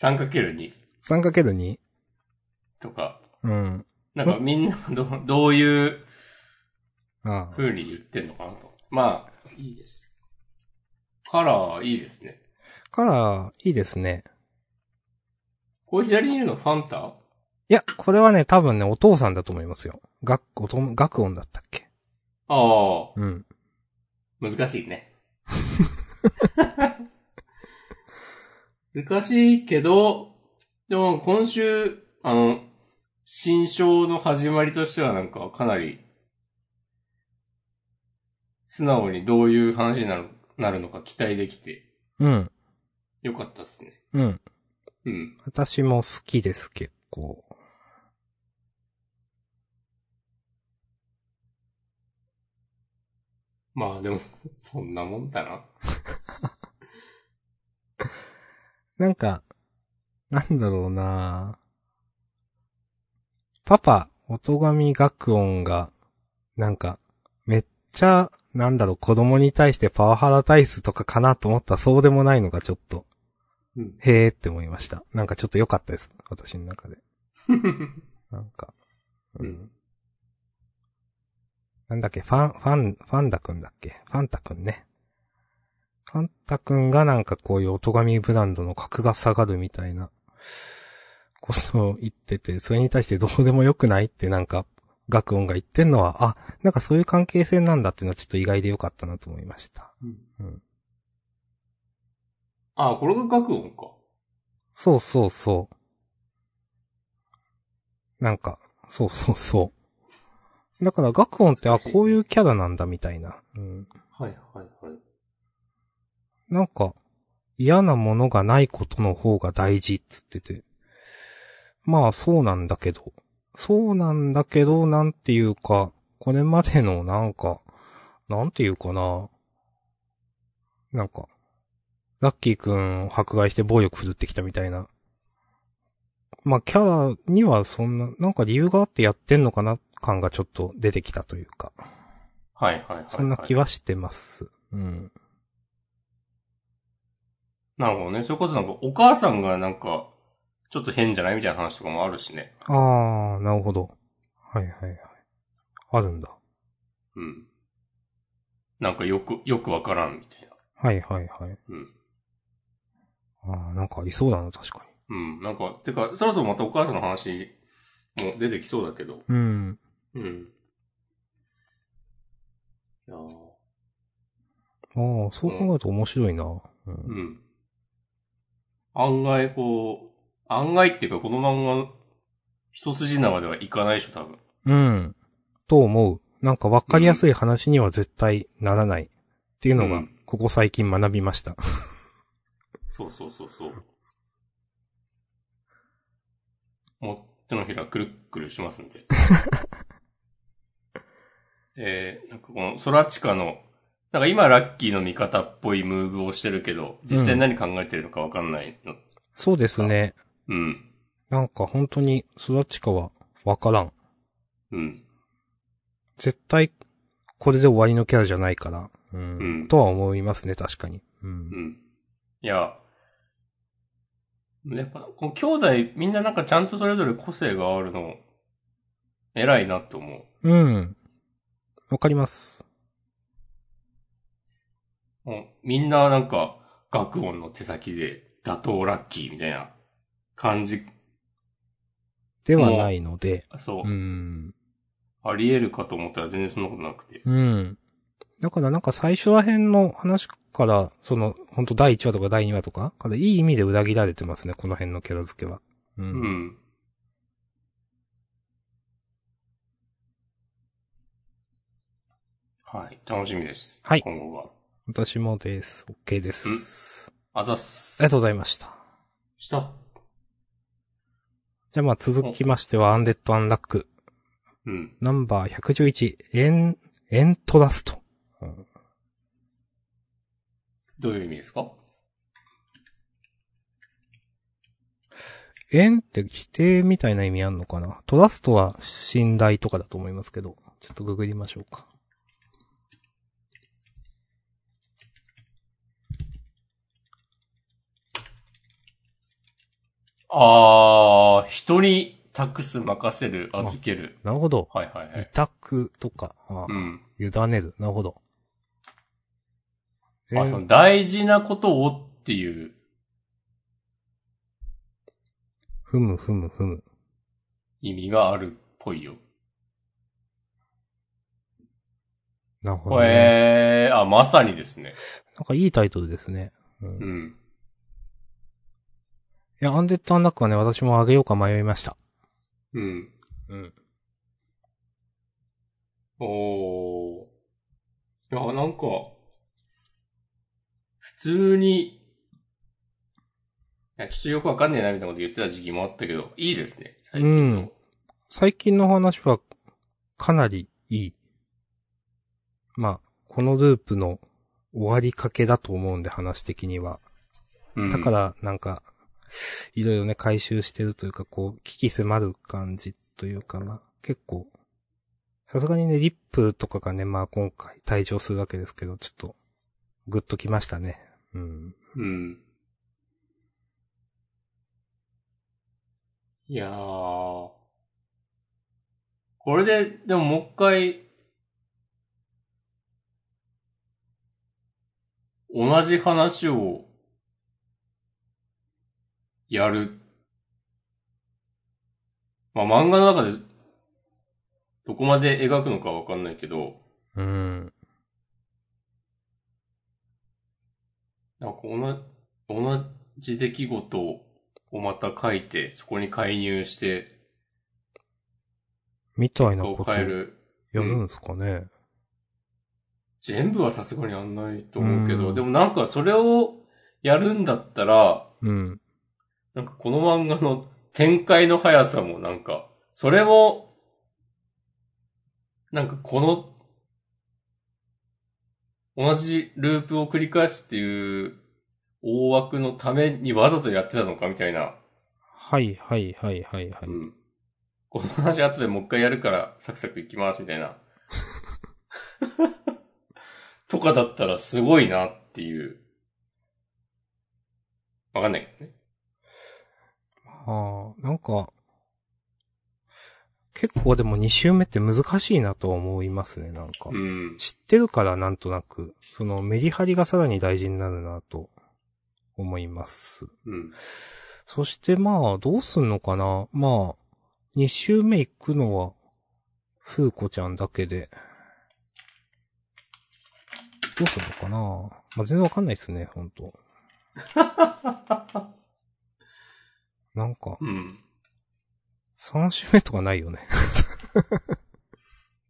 A: 3×2
B: 3×2?
A: とか。
B: うん。
A: なんかみんなどうどういう
B: ああ。
A: 風に言ってんのかなと。まあ、いいです。カラーいいですね。
B: カラー、いいですね。
A: これ左にいるのファンタ
B: いや、これはね、多分ね、お父さんだと思いますよ。学、おと、学音だったっけ
A: ああ、
B: うん。
A: 難しいね。難しいけど、でも今週、あの、新章の始まりとしてはなんかかなり、素直にどういう話になるなるのか期待できて、
B: うん。
A: よかったっすね。
B: うん。
A: うん。
B: 私も好きです、結構。
A: まあでも、そんなもんだな。
B: なんか、なんだろうなパパ、音神学音が、なんか、めっちゃ、なんだろう、子供に対してパワハラ体質とかかなと思ったらそうでもないのがちょっと、
A: うん。
B: へーって思いました。なんかちょっと良かったです。私の中で。なんか。
A: うん。
B: なんだっけ、ファン、ファン、ファンダくんだっけファンタくんね。ファンタくんがなんかこういう音紙ブランドの格が下がるみたいなことを言ってて、それに対してどうでもよくないってなんか、学音が言ってんのは、あ、なんかそういう関係性なんだっていうのはちょっと意外でよかったなと思いました。うん
A: あ、これが学音か。
B: そうそうそう。なんか、そうそうそう。だから学音って、あ、こういうキャラなんだみたいな。うん
A: はいはいはい。
B: なんか、嫌なものがないことの方が大事っつってて。まあそうなんだけど。そうなんだけど、なんていうか、これまでのなんか、なんていうかな。なんか、ラッキーくんを迫害して暴力振るってきたみたいな。まあキャラにはそんな、なんか理由があってやってんのかな感がちょっと出てきたというか。
A: はいはいはい、はい。
B: そんな気
A: は。
B: はしてます。うん。
A: なるほどね。それこそなんかお母さんがなんか、ちょっと変じゃないみたいな話とかもあるしね。
B: あー、なるほど。はいはいはい。あるんだ。
A: うん。なんかよく、よくわからんみたいな。
B: はいはいはい。
A: うん。
B: ああ、なんかありそうだな、確か
A: うん。なんか、てか、そろそろまたお母さんの話も出てきそうだけど。
B: に。うん。
A: うん。いやー
B: ああ、そう考えると面白いな。う
A: う
B: ん
A: ん。案外こう、案外っていうかこの漫画、一筋縄ではいかないでしょ、多分。
B: うん。と思う。なんか分かりやすい話には絶対ならない。っていうの
A: う
B: が
A: ん、
B: ここ最近学びました。
A: そうそうそうそう。もう手のひらくるっくるしますん で。えー、なんかこの、ソラチカの、なんか今ラッキーの味方っぽいムーブをしてるけど、実際何考えてるのかわかんないの。
B: そうですね。
A: うん。
B: なんか本当に、育ちかは分からん。
A: うん。
B: 絶対、これで終わりのキャラじゃないから。うん。
A: うん
B: とは思いますね、確かに。うん
A: う。ん。いや、やっぱ、この兄弟、みんななんかちゃんとそれぞれ個性があるの、偉いなと思う。
B: うん。わかります。
A: もうみんななんか、学問の手先で、打倒ラッキーみたいな感じ、
B: ではないので。
A: そう、
B: うん。
A: あり得るかと思ったら全然そんなことなくて。
B: うん。だからなんか最初ら辺の話から、その、本当第1話とか第2話とかからいい意味で裏切られてますね、この辺のキャラ付けは。う。
A: うんん。はい、楽しみです。
B: はい
A: 今後は。
B: 私もです。OK で
A: うん
B: す。
A: あざっす。
B: ありがとうございました。
A: した。
B: じゃあまあ続きましては、アンデッド・アンラック。
A: うん。
B: ナンバー111、エン、エントラスト。うん
A: どういう意味ですか
B: エンって規定みたいな意味あんのかなトラストは信頼とかだと思いますけど、ちょっとググりましょうか。
A: あー、人に託す、任せる、預ける。
B: なるほど。
A: はいはいは
B: 委
A: い。
B: 託とか、あ
A: う
B: ー
A: ん。
B: 委ねる。なるほど。
A: あ、
B: 全
A: その大事なことをっていう
B: ふむふむふむ。
A: 意味があるっぽいよ。
B: なるほ
A: こ
B: ど、ね。
A: れ、あ、まさにですね。
B: なんかいいタイトルですね。うん
A: う
B: い
A: ん。
B: や、アンデッドアンラックはね、私もあげようか迷いました。
A: うん。
B: うん。
A: おー。いや、なんか、普通に、いや、ちょっとよくわかんねえなみたいなこと言ってた時期もあったけど、いいですね、最近の。
B: うん最近の話は、かなりいい。まあ、このループの終わりかけだと思うんで、話的には。
A: うん。
B: だから、なんか、いろいろね、回収してるというか、こう、危機迫る感じというか、まあ、結構、さすがにね、リップルとかがね、まあ今回退場するわけですけど、ちょっと、グッときましたね。うん。
A: うん。いやー。これで、でももう一回、同じ話を、やる。まあ、漫画の中で、どこまで描くのかわかんないけど、
B: うん。
A: なんか同じ、同じ出来事をまた書いて、そこに介入して、
B: みたいな
A: 顔
B: こ
A: を
B: と、
A: 変え
B: や
A: る。
B: るんですかね。
A: 全部はさすがにやんないと思うけど、
B: うん
A: でもなんかそれをやるんだったら、
B: うん。
A: なんかこの漫画の展開の速さもなんか、それも、なんかこの、同じループを繰り返すっていう大枠のためにわざとやってたのかみたいな
B: はいはいはいはいはい。
A: うん。この話後でもう一回やるから、サクサクいきます、みたい な。とかだったらすごいなっていう。わかんないけどね。
B: ああ、なんか、結構でも2周目って難しいなと思いますね、なんか。
A: うん。
B: 知ってるからなんとなく、そのメリハリがさらに大事になるなと思います。
A: うん。
B: そしてまあ、どうすんのかなまあ、2周目行くのは、ふうこちゃんだけで。どうすんのかなまあ、全然わかんないっすね、ほんと。なんか、
A: うん。
B: 3周目とかないよね。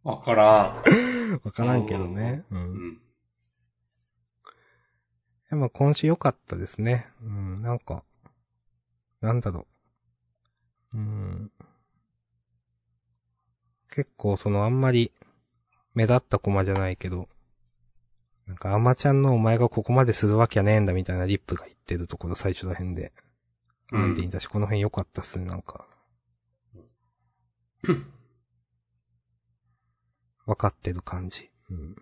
A: わからん。
B: わからんけどね。う。
A: うんん。
B: でも今週良かったですね。うん、なんか、なんだろう。うん。結構そのあんまり目立ったコマじゃないけど、なんかアマちゃんのお前がここまでするわけゃねえんだみたいなリップが言ってるところ最初ら辺で。
A: うん
B: アンディだし、この辺良かったっすね、なんか。わかってる感じ。うん。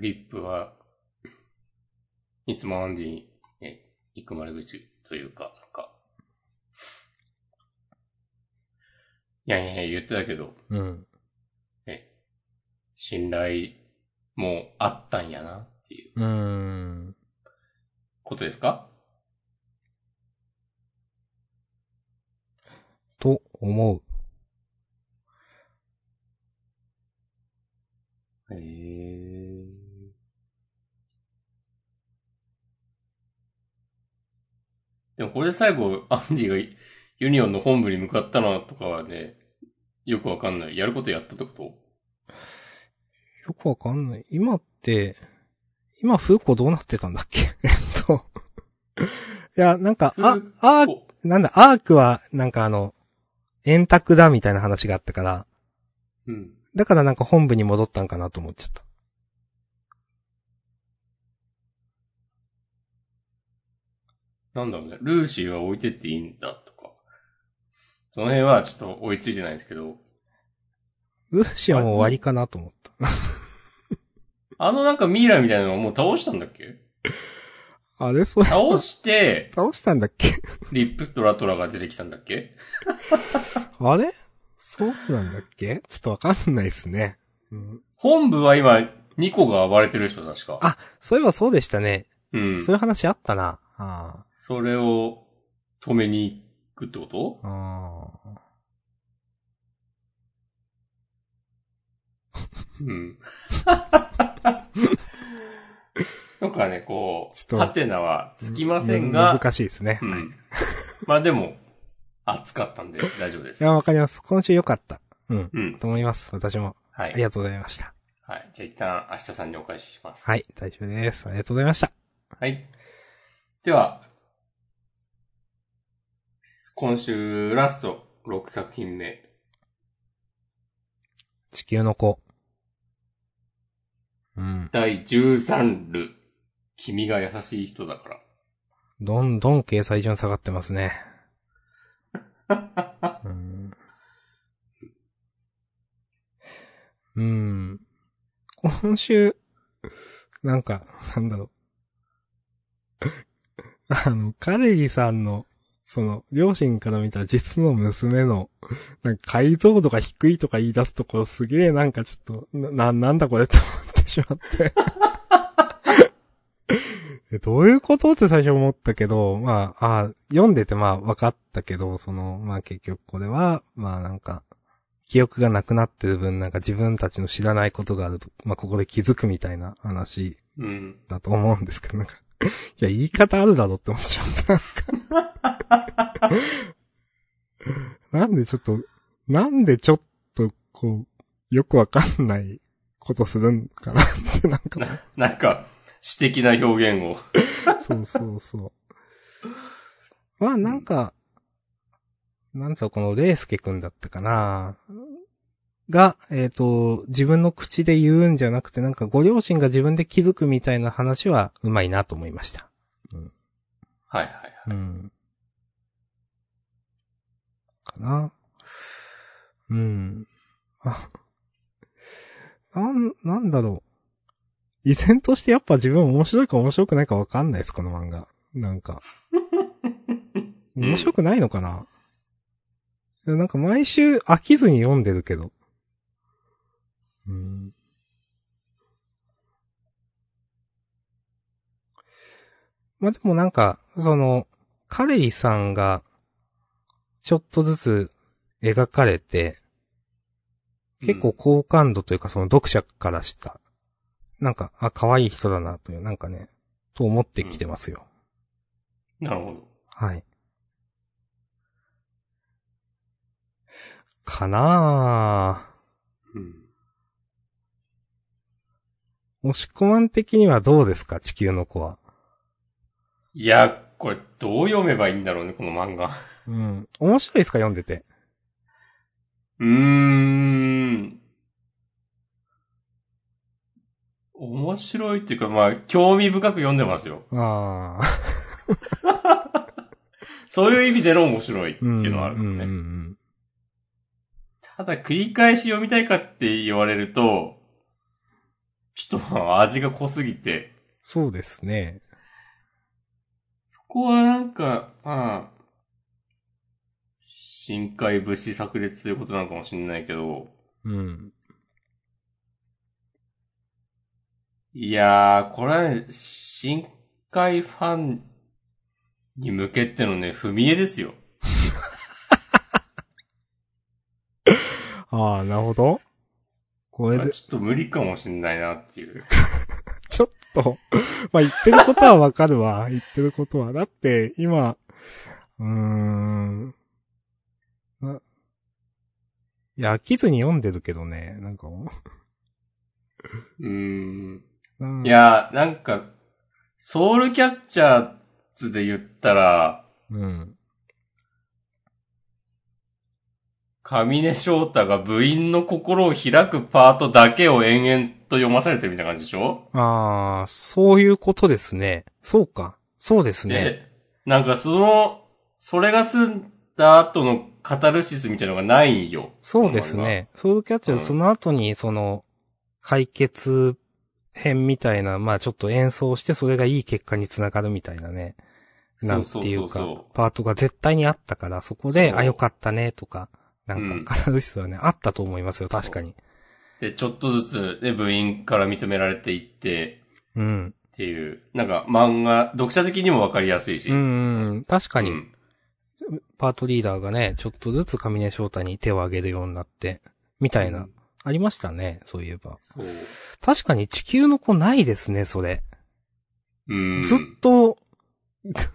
A: リップは、いつもアンディに、ね、行く丸口というか、なんか、いやいやいや言ってたけど、
B: うん。
A: ね、信頼もあったんやなっていう
B: うーん。
A: ことですか
B: と思う。
A: へえ。でもこれで最後、アンディがユニオンの本部に向かったなとかはね、よくわかんない。やることやったってこと
B: よくわかんない。今って、今、風子どうなってたんだっけ えっと。いや、なんか、あ、アーク、
A: お
B: なんだ、アークは、なんかあの、円卓だみたいな話があったから、
A: うん。
B: だからなんか本部に戻ったんかなと思っちゃった。
A: なんだろうね。ルーシーは置いてっていいんだとか。その辺はちょっと追いついてないんですけど、
B: ルーシアもう終わりかなと思った。
A: あのなんかミイラみたいなのはもう倒したんだっけ
B: あれそれ、
A: 倒して、
B: 倒したんだっけ
A: リップトラトラが出てきたんだっけ
B: あれそうなんだっけちょっとわかんないですね。うん、
A: 本部は今、ニコが暴れてるでしょ、確か。
B: あそういえばそうでしたね。
A: うん。
B: そういう話あったな。あ
A: それを止めに行くってこと
B: あ。ああ。
A: うん。なんかね、こ
B: ちょ
A: う、
B: っと
A: ハテナはつきません
B: む
A: が、
B: 難しいですね。
A: う
B: はい
A: ん。まあでも、暑かったんで大丈夫です。
B: いや、わかります。今週良かった。うん。
A: うん。
B: と思います。私も。
A: は
B: あ
A: い。
B: りがとうございました。
A: はい。じゃあ一旦、明日さんにお返しします。
B: はい。、大丈夫です。ありがとうございました。
A: はい。では、今週ラスト6作品目。
B: 地球の子。うん。
A: 第13ル。君が優しい人だから。
B: どんどん掲載順下がってますね。うん。うん。今週、なんか、なんだろう。あの、カレギさんの、その、両親から見た実の娘の、なんか解像度が低いとか言い出すところすげえなんかちょっと、な、なんだこれって思ってしまって。えどういうことって最初思ったけど、まあ、あ読んでてまあ分かったけど、その、まあ結局これは、まあなんか、記憶がなくなってる分、なんか自分たちの知らないことがあると、まあここで気づくみたいな話
A: うん。
B: だと思うんですけど、なんか、 いや、言い方あるだろって思っちゃった。なんかなんでちょっと、なんでちょっと、こう、よくわかんないことするんかなって、なんか
A: なんか、詩的な表現を。
B: そうそうそう。まあなんか、なんとこのレイスケくんだったかなが、えっ、と、自分の口で言うんじゃなくて、なんかご両親が自分で気づくみたいな話はうまいなと思いました。
A: はいはいはい。
B: うん。かな。うん。あ、なん、なんだろう。依然としてやっぱ自分面白いか面白くないかわかんないです、この漫画。なんか。面白くないのかな、なんか毎週飽きずに読んでるけど。うん。まあ、でもなんか、その、カレリさんが、ちょっとずつ描かれて、結構好感度というかその読者からした、なんか、あ、可愛い人だなという、なんかね、と思ってきてますよ。
A: うん。なるほど。
B: はい。かな
A: うん。
B: ぁ。押し込まん的にはどうですか地球の子は。
A: いや、これどう読めばいいんだろうね、この漫 画。
B: うん。面白いですか読んでて。
A: うーん。面白いっていうか、まあ、興味深く読んでますよ。
B: ああ。
A: そういう意味での面白いっていうのはあるか
B: う
A: ら
B: んうんう
A: ね。
B: ん。
A: ただ繰り返し読みたいかって言われると、ちょっとまあ味が濃すぎて、
B: そうですね。
A: そこはなんか、まあ、深海武士炸裂ということなのかもしれないけど、
B: うん。
A: いやー、これはね、深海ファンに向けてのね、踏み絵ですよ。
B: ああ、なるほど。これ
A: まあ
B: で、
A: ちょっと無理かもしんないなって いう。
B: ちょっと、 まあ、言ってることはわかるわ。 言ってることは。だって、今、うーん。あいや、飽きずに読んでるけどね。なんかも
A: うーん。
B: う、うん
A: い、やー、なんか、ソウルキャッチャーズで言ったら、
B: うん。
A: 上根翔太が部員の心を開くパートだけを延々と読まされてるみたいな感じでしょ
B: ああ、そういうことですね。そうか。そうですね。
A: で、なんかその、それが済んだ後のカタルシスみたいなのがないんよ。
B: そうですね。ソードキャッチャー、
A: うん
B: その後に、その、解決編みたいな、まあちょっと演奏して、それがいい結果につながるみたいなね。なんていう
A: そうそう
B: か
A: そうそう、
B: パートが絶対にあったから、そこで、
A: そう
B: あ、よかったね、とか、なん
A: うん
B: か、カタルシスはね、あったと思いますよ、確かに。
A: で、ちょっとずつ、ね、部員から認められていって、
B: うん。
A: っていう、なんか漫画、読者的にもわかりやすいし。
B: うんうん、確か
A: う
B: に、
A: ん
B: パートリーダーがね、ちょっとずつ上根翔太に手を挙げるようになって、みたいな、ありましたね、そういえば。
A: そう。
B: 確かに地球の子ないですね、それ。
A: うん。
B: ずっと、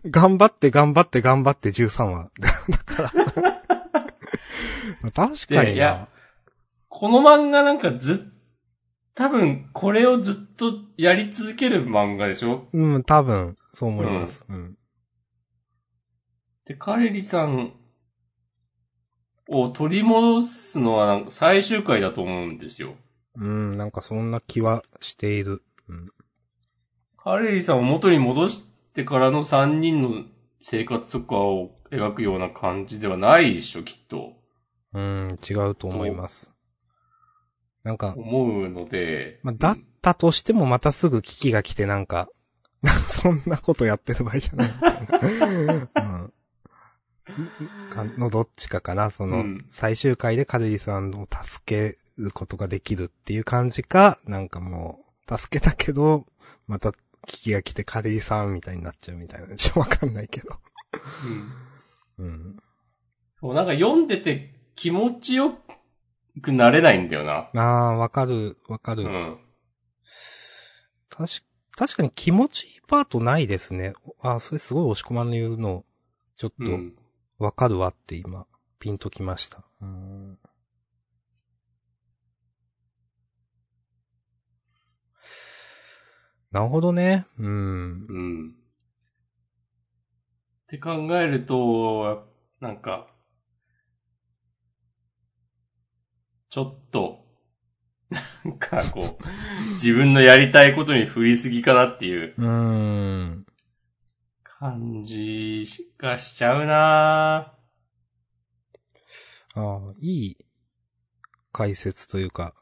B: 頑張って頑張って頑張って13話。 だ から。確か
A: で、
B: に
A: いや
B: な。、
A: この漫画なんかずっ、多分これをずっとやり続ける漫画でしょ
B: うん、多分、そう思います。うん。
A: で、カレリさんを取り戻すのはなんか最終回だと思うんですよ。
B: うん、なんかそんな気はしている。うん。
A: カレリさんを元に戻してからの3人の生活とかを描くような感じではないでしょ、きっと。
B: うん、違うと思います。なんか、
A: 思うので。
B: まあ、だったとしてもまたすぐ危機が来てなんか、 そんなことやってる場合じゃないみたいな。うんかのどっちかかな、そうの
A: ん、
B: 最終回でカデリさんを助けることができるっていう感じか、なんかもう、助けたけど、また危機が来てカデリさんみたいになっちゃうみたいな。ちょっとわかんないけど。
A: うん
B: うん。
A: そうなんか読んでて気持ちよくなれないんだよな。
B: ああ、わかる、わか
A: う
B: る。
A: ん。
B: 確か確かに気持ちいいパートないですね。ああ、それすごい押し込まんの言うの、ちょっ
A: う
B: と、
A: ん。
B: わかるわって今、ピンときました。うん。なるほどね。うん。
A: うん。って考えると、なんか、ちょっと、なんかこ う、自分のやりたいことに振りすぎかなっていう
B: うーん。
A: 感じがしちゃうなぁ
B: ああ、いい解説というか、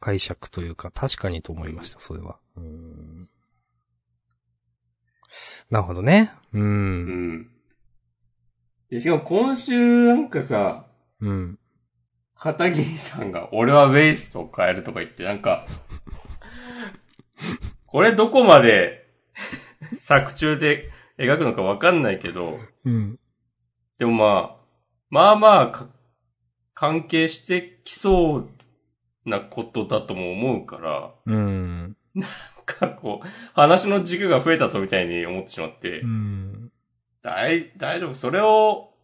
B: 解釈というか、確かにと思いました、それは。うーんなるほどね。う。
A: うんん。で、しかも今週なんかさ、
B: うん。
A: 片桐さんが、俺はウェイストを変えるとか言って、なんか、これどこまで作中で描くのかわかんないけど、
B: うん。
A: でもまあ、まあまあか、関係してきそうなことだとも思うから、
B: うん。
A: なんかこう、話の軸が増えたぞみたいに思ってしまって、
B: うん。
A: 大、大丈夫。それを、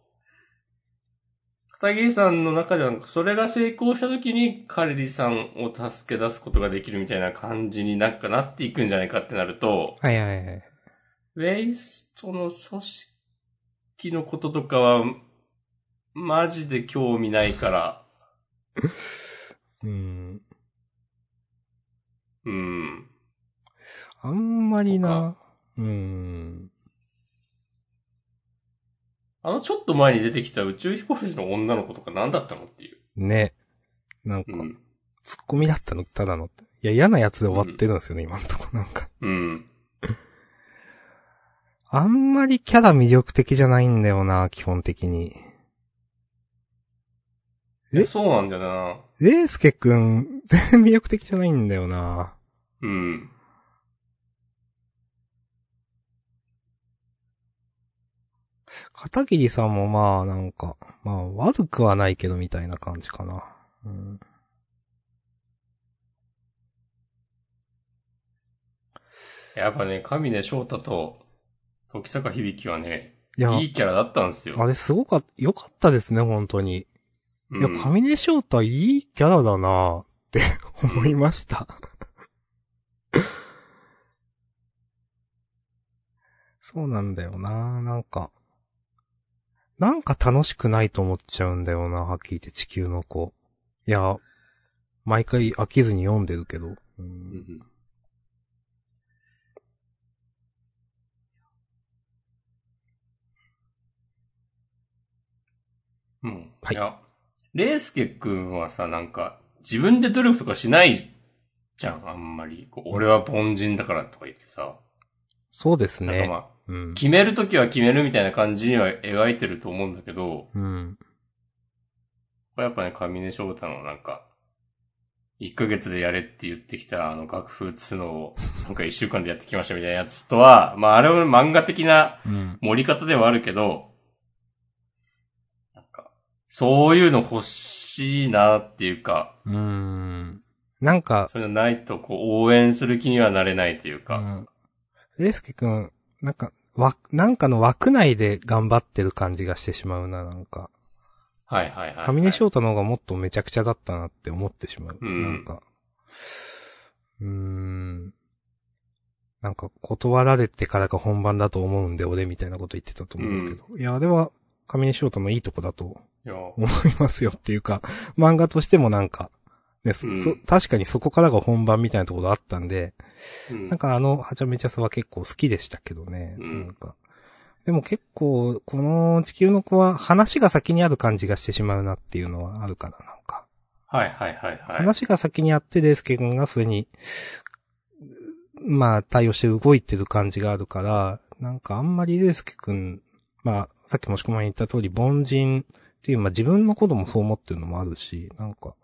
A: 片桐さんの中では、それが成功した時に、カリリさんを助け出すことができるみたいな感じになんかなっていくんじゃないかってなると、
B: はいはいはい。
A: ウェイストの組織のこととかは、マジで興味ないから、
B: うん。
A: うん。
B: あんまりな。うん。
A: あのちょっと前に出てきた宇宙飛行士の女の子とか何だったのっていう。
B: ね。なんか
A: う、ん。
B: ツッコミだったのただの。いや、嫌なやつで終わってるんですよね、今のとこなんか。
A: うん。
B: あんまりキャラ魅力的じゃないんだよな、基本的に。え
A: そうなんだよな。
B: レースケくん、全然 魅力的じゃないんだよな。
A: うん。
B: 片桐さんもまあ、なんか、まあ、悪くはないけどみたいな感じかな。うん。
A: やっぱね、神ね、翔太と、時坂響はね、
B: いや、
A: いいキャラだったんですよ。
B: あれすごかった、良かったですね、本当に。
A: う
B: いや、
A: ん、
B: 上根翔太いいキャラだなって思いました。 そうなんだよななんか。なんか楽しくないと思っちゃうんだよなはっきり言って地球の子。いや、毎回飽きずに読んでるけど。う、
A: うんんうん。
B: はい
A: いや、レイスケ君はさ、なんか、自分で努力とかしないじゃん、あんまり。こう俺は凡人だからとか言ってさ。
B: そうです
A: なんかま
B: ね。
A: あ、
B: うん。
A: 決めるときは決めるみたいな感じには描いてると思うんだけど、
B: うん。
A: これやっぱね、上根翔太のなんか、1ヶ月でやれって言ってきたあの楽譜通のを、なんか1週間でやってきましたみたいなやつとは、まああれは漫画的な
B: うん。
A: 盛り方ではあるけど、なんか、そういうの欲しいなっていうか、
B: うん。なんか、
A: そういうのないとこう応援する気にはなれないという
B: う
A: か、
B: ん。レースケくん、なんか、わ、なんかの枠内で頑張ってる感じがしてしまうな、なんか。
A: はいはいはい、はい。
B: 上根翔太の方がもっとめちゃくちゃだったなって思ってしまう。
A: うん
B: なんか。うーん。なんか、断られてからが本番だと思うんで、俺みたいなこと言ってたと思うんですけど。いや、あれは、上根翔太のいいとこだと
A: いや
B: 思いますよっていうか、 漫画としてもなんか、ね、そ、
A: うん
B: そ確かにそこからが本番みたいなところあったんで、
A: うん
B: なんかあの、はちゃめちゃさは結構好きでしたけどね。
A: うん
B: なんか。でも結構、この地球の子は話が先にある感じがしてしまうなっていうのはあるから、なんか。
A: はいはいはいはい。
B: 話が先にあって、デイスケ君がそれに、まあ、対応して動いてる感じがあるから、なんかあんまりデイスケ君、まあ、さっきもしこまに言った通り、凡人っていう、まあ自分のこともそう思ってるのもあるし、なんか、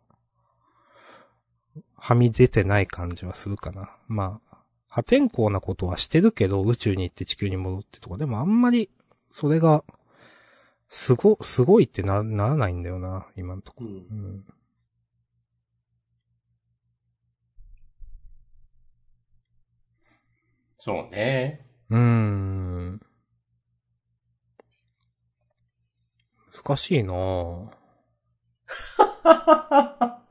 B: はみ出てない感じはするかな。まあ、破天荒なことはしてるけど、宇宙に行って地球に戻ってとか、でもあんまり、それが、すご、すごいってな、ならないんだよな、今のところ
A: うん
B: うん
A: そうね。
B: うーん。難しいなぁ。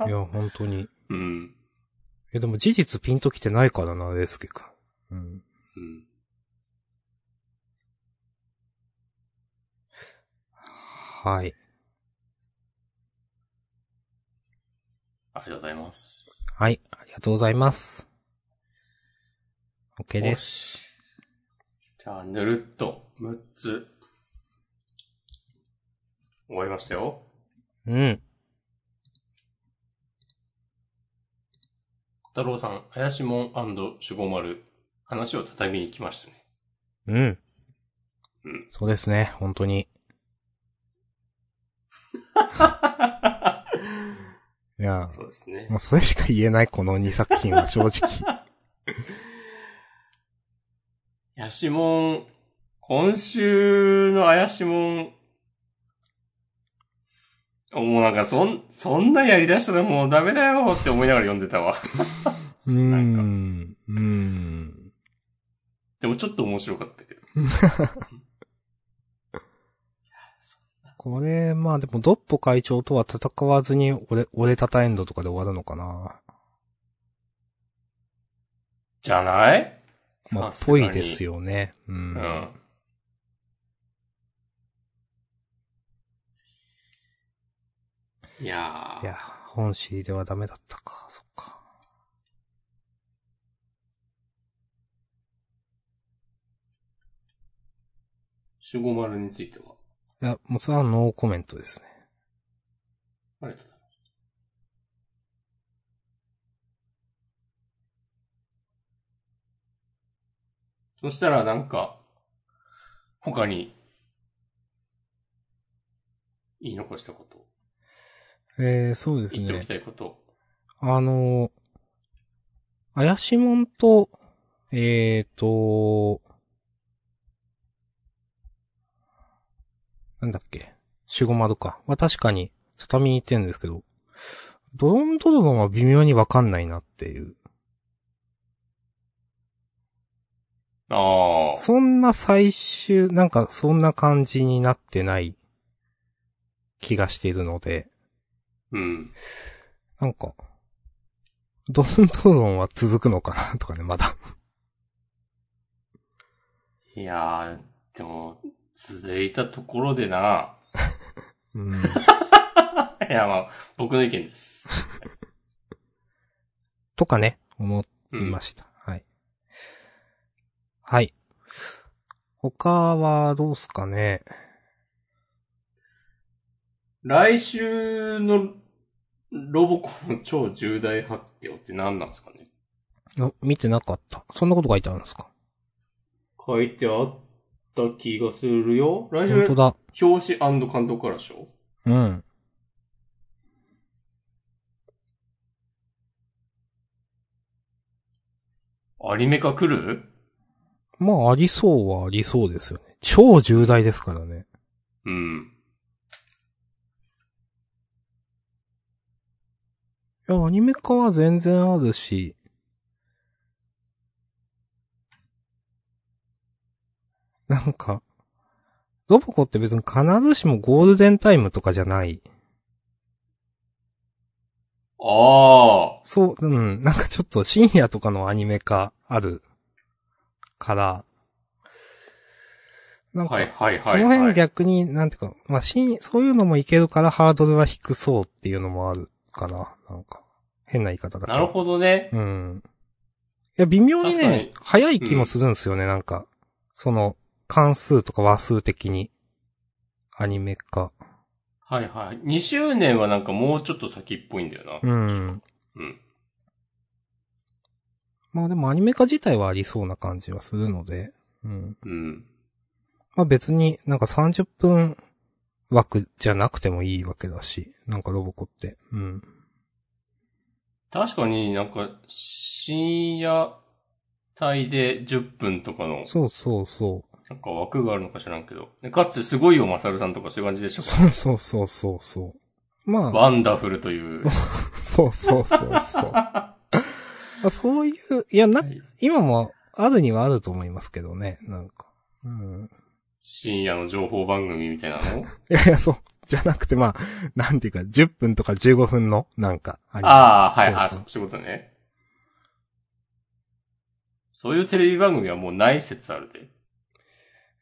B: いや、本当に。
A: うん。
B: え、でも事実ピンときてないからな、レースケ君。うん。
A: うん。
B: はい。
A: ありがとうございます。
B: はい。ありがとうございます。OK
A: よ
B: です。
A: し。じゃあ、ぬるっと、6つ。終わりましたよ。
B: うん。
A: 片太郎さん、林門守護丸、話を畳みに来ましたね。
B: うん
A: うん。
B: そうですね、本当に。いや、
A: そうですね。
B: もう それしか言えないこの2作品は正直。
A: ヤシモン、今週の怪しもん、もうなんかそん、そんなんやり出したらもうダメだよって思いながら読んでたわ。
B: うーん。うーん。
A: でもちょっと面白かったけど。
B: これ、まあでも、ドッポ会長とは戦わずに、俺、俺たたエンドとかで終わるのかな。
A: じゃない
B: まあ、
A: さすが
B: ぽ
A: に
B: いですよね。う。
A: うんん。いやー。
B: いや、本誌ではダメだったか、そっか。
A: 守護丸については。
B: いや、もうそれはノーコメントですね。
A: ありがとうございますそしたらなんか、他に、言い残したこと、
B: えー、そうです
A: 言ってお
B: ね
A: き。たいこと。
B: あのー、怪しもんと、えーと、なんだっけ、シゴマドか。は確かに、畳に行ってるんですけど、ドロンドドロンは微妙にわかんないなっていう。
A: ああ。
B: そんな最終、なんかそんな感じになってない気がしているので、
A: うん。
B: なんか、ドロンドロンは続くのかなとかね、まだ。
A: いやー、でも、続いたところでな。
B: うん
A: いや、まあ、僕の意見です。
B: とかね、思
A: う
B: い
A: ん
B: ました。はい。はい。他はどうすかね
A: 来週のロボコンの超重大発表って何なんですかね
B: あ見てなかった。そんなこと書いてあるんですか
A: 書いてあった気がするよ。来
B: 本
A: 週
B: 当、だ。
A: 表紙監督からでしょ
B: うん。
A: アニメ化来る
B: まあ、ありそうはありそうですよね。超重大ですからね。
A: うん。
B: いや、アニメ化は全然あるし。なんか、ロボコって別に必ずしもゴールデンタイムとかじゃない。
A: ああ。
B: そう、うん、なんかちょっと深夜とかのアニメ化あるから、なんか、
A: はいはいはい、はい。
B: その辺逆に、なんていうか、まあ、深そういうのもいけるからハードルは低そうっていうのもあるかな。なんか、変な言い方だけ
A: なるほどね。
B: ど。うん。いや、微妙に
A: 確か
B: ね
A: に、
B: 早い気もするんですよね、なんか。その、関数とか話数的に。アニメ化。
A: はいはい。2周年はなんかもうちょっと先っぽいんだよな。
B: うん。
A: うん。
B: まあでもアニメ化自体はありそうな感じはするので。うん。
A: うん。
B: まあ別になんか30分枠じゃなくてもいいわけだし、なんかロボコって。うん。
A: 確かになんか深夜帯で10分とかの
B: そうそうそう。
A: なんか枠があるのか知らんけど。でかつてすごいよ、マサルさんとかそういう感じでしょ
B: そうそうそうそうそう。まあ、
A: ワンダフルという。
B: そうそうそうそう。まあそういう、いや、な、今もあるにはあると思いますけどね、なんか。うん。
A: 深夜の情報番組みたいなの
B: いやいや、そう。じゃなくて、まあ、なんていうか、10分とか15分の、なんか、アニメ
A: ああ、はい、あ
B: そうそう
A: あ、そういうことね。そういうテレビ番組はもうない説あるで。
B: い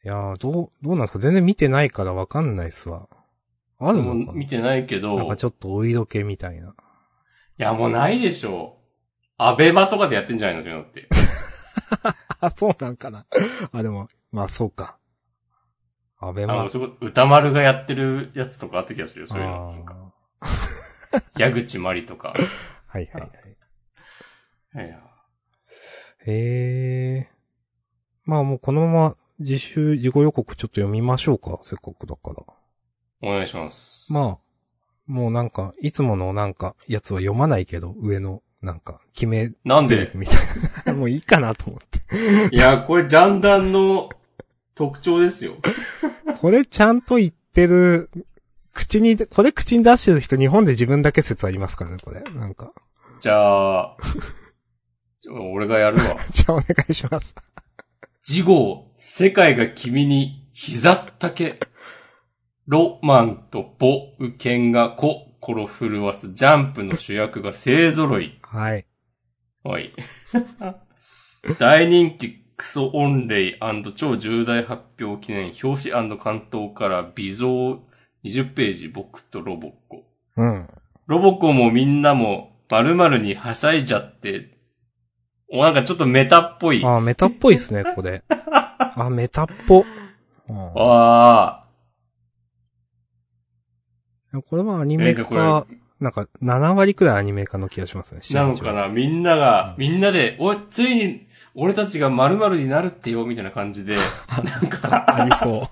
B: やー、どう、どうなんですか全然見てないからわかんないっすわ。ある
A: も
B: のか
A: う
B: な
A: 見てないけ
B: なん
A: ど
B: か、ちょっとお色気みたいな。
A: いやもうないでしょう。アベマとかでやってんじゃないのそういうのって。
B: あ、そうなんかな。あ、でも、まあそうか。アベ
A: あ
B: マ
A: の、。すごい、歌丸がやってるやつとかあった気がするよ、そういうの。なんか
B: あー
A: 矢口まりとか。
B: はいはいはい。
A: いや。
B: へえ。まあもうこのまま自習、自己予告ちょっと読みましょうか。せっかくだから。
A: お願いします。
B: まあ、もうなんか、いつものなんか、やつは読まないけど、上の、なんか、決め、
A: なんで
B: みたいな。 もういいかなと思って。
A: いや、これジャンダンの特徴ですよ。
B: これちゃんと言ってる、口に、これ口に出してる人、日本で自分だけ説ありますからね、これ。なんか。
A: じゃあ、ちょ俺がやるわ。
B: じゃあお願いします。
A: 次号、世界が君に膝丈。ロマンとボ、ウケンがコ、コロ震わすジャンプの主役が勢揃い。
B: はい。
A: はい。大人気クソオンレイ超重大発表記念表紙関東から微増20ページ僕とロボッコ。
B: うん。
A: ロボコもみんなも〇〇にはしゃいじゃって、おなんかちょっとメタっぽい。あ
B: あ、メタっぽいですね、これ。あ、メタっぽ。うん
A: あ
B: これはアニメ
A: えーじゃあ
B: 化、なんか7割くらいアニメ化の気がしますね。
A: ー、なのか
B: な
A: なみんなが、
B: うん
A: みんなで、おい、ついに、俺たちが〇〇になるってよ、みたいな感じで、なんか、
B: ありそ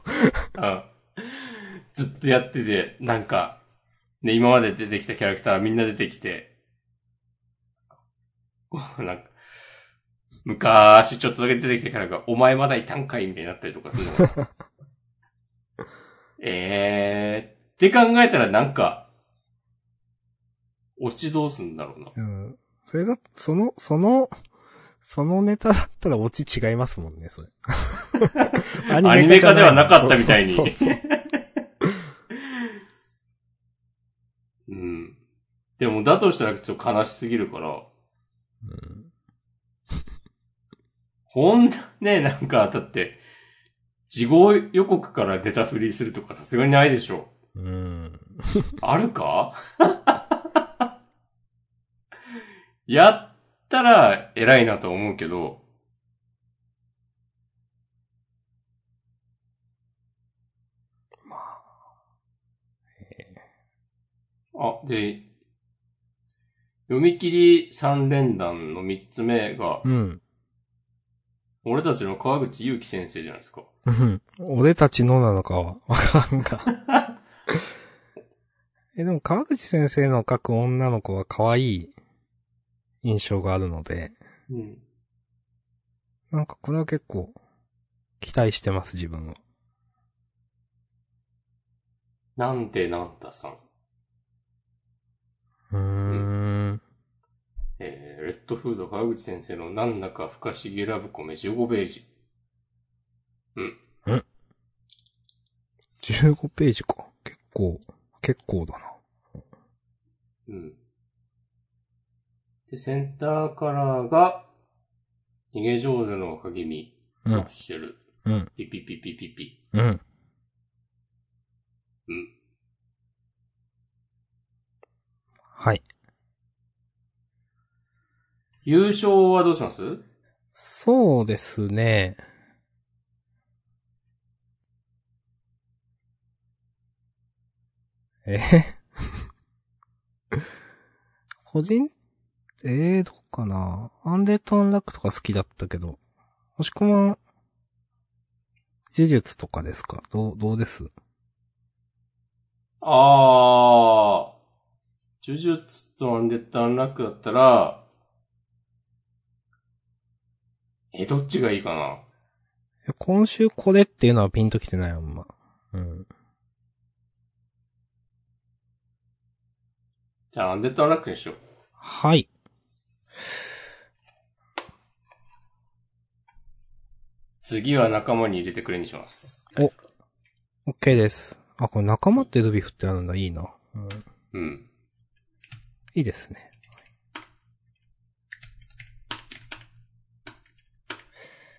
A: うんずっとやってて、なんか、ね、今まで出てきたキャラクターみんな出てきて、 こうなんか、昔ちょっとだけ出てきたキャラが、お前まだいたんかいみたいになったりとかするじゃないですか。えー、って考えたらなんか、落ちどうすんだろうな。
B: う。うん。それだ、その、その、そのネタだったらオチ違いますもんね、それ。ア
A: アニメ化ではなかったみたいに。
B: そうそうそう
A: うん。でも、だとしたらちょっと悲しすぎるから、
B: うん
A: ほん、ね、なんか、だって、事後予告から出たフリーするとかさすがにないでしょ。
B: うん。
A: あるか やったら偉いなと思うけど、あ、で、読み切り3連弾の3つ目が、
B: うん。
A: 俺たちの川口祐樹先生じゃないですか。
B: うん。 俺たちのなのかは、わからんが。 え、でも川口先生の描く女の子は可愛い印象があるので、
A: うん。
B: なんかこれは結構、期待してます、自分は。
A: なんでなんださん。
B: うーん。
A: えー、レッドフード川口先生のなんだか不可思議ラブコメ15ページ。
B: 15ページか。結構、結構だな。
A: うん。で、センターカラーが、逃げ上手の赤君、
B: う
A: マ
B: ん
A: ッ、シェル、
B: うん、
A: ピピピピピピ。
B: うん。
A: うん。
B: はい。
A: 優勝はどうします
B: そうですね。え へ個人、えー、どうかな。アンデッド・アンラックとか好きだったけど。もしくは、呪術とかですかどう、どうです
A: あー、呪術とアンデッドアンラックだったら、え、どっちがいいかな
B: え今週これっていうのはピンときてないあんま。うん。
A: じゃあ、アンデッドアンラックにしよう。
B: はい。
A: 次は仲間に入れてくれにします。
B: お OK です。あ、これ仲間ってルビ振ってあるんだ。いいな。う
A: う
B: ん。
A: ん。
B: いいですね。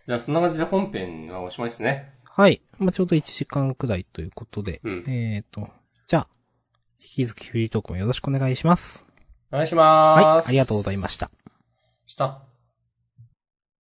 A: じゃあ、そんな感じで本編はおしまいですね。
B: はい。まあ、ちょうど1時間くらいということで。
A: うん。
B: えーと、じゃあ、引き続きフリートークもよろしくお願いします。
A: お願いしま
B: は
A: ー
B: い。
A: す。
B: ありがとうございました。
A: した。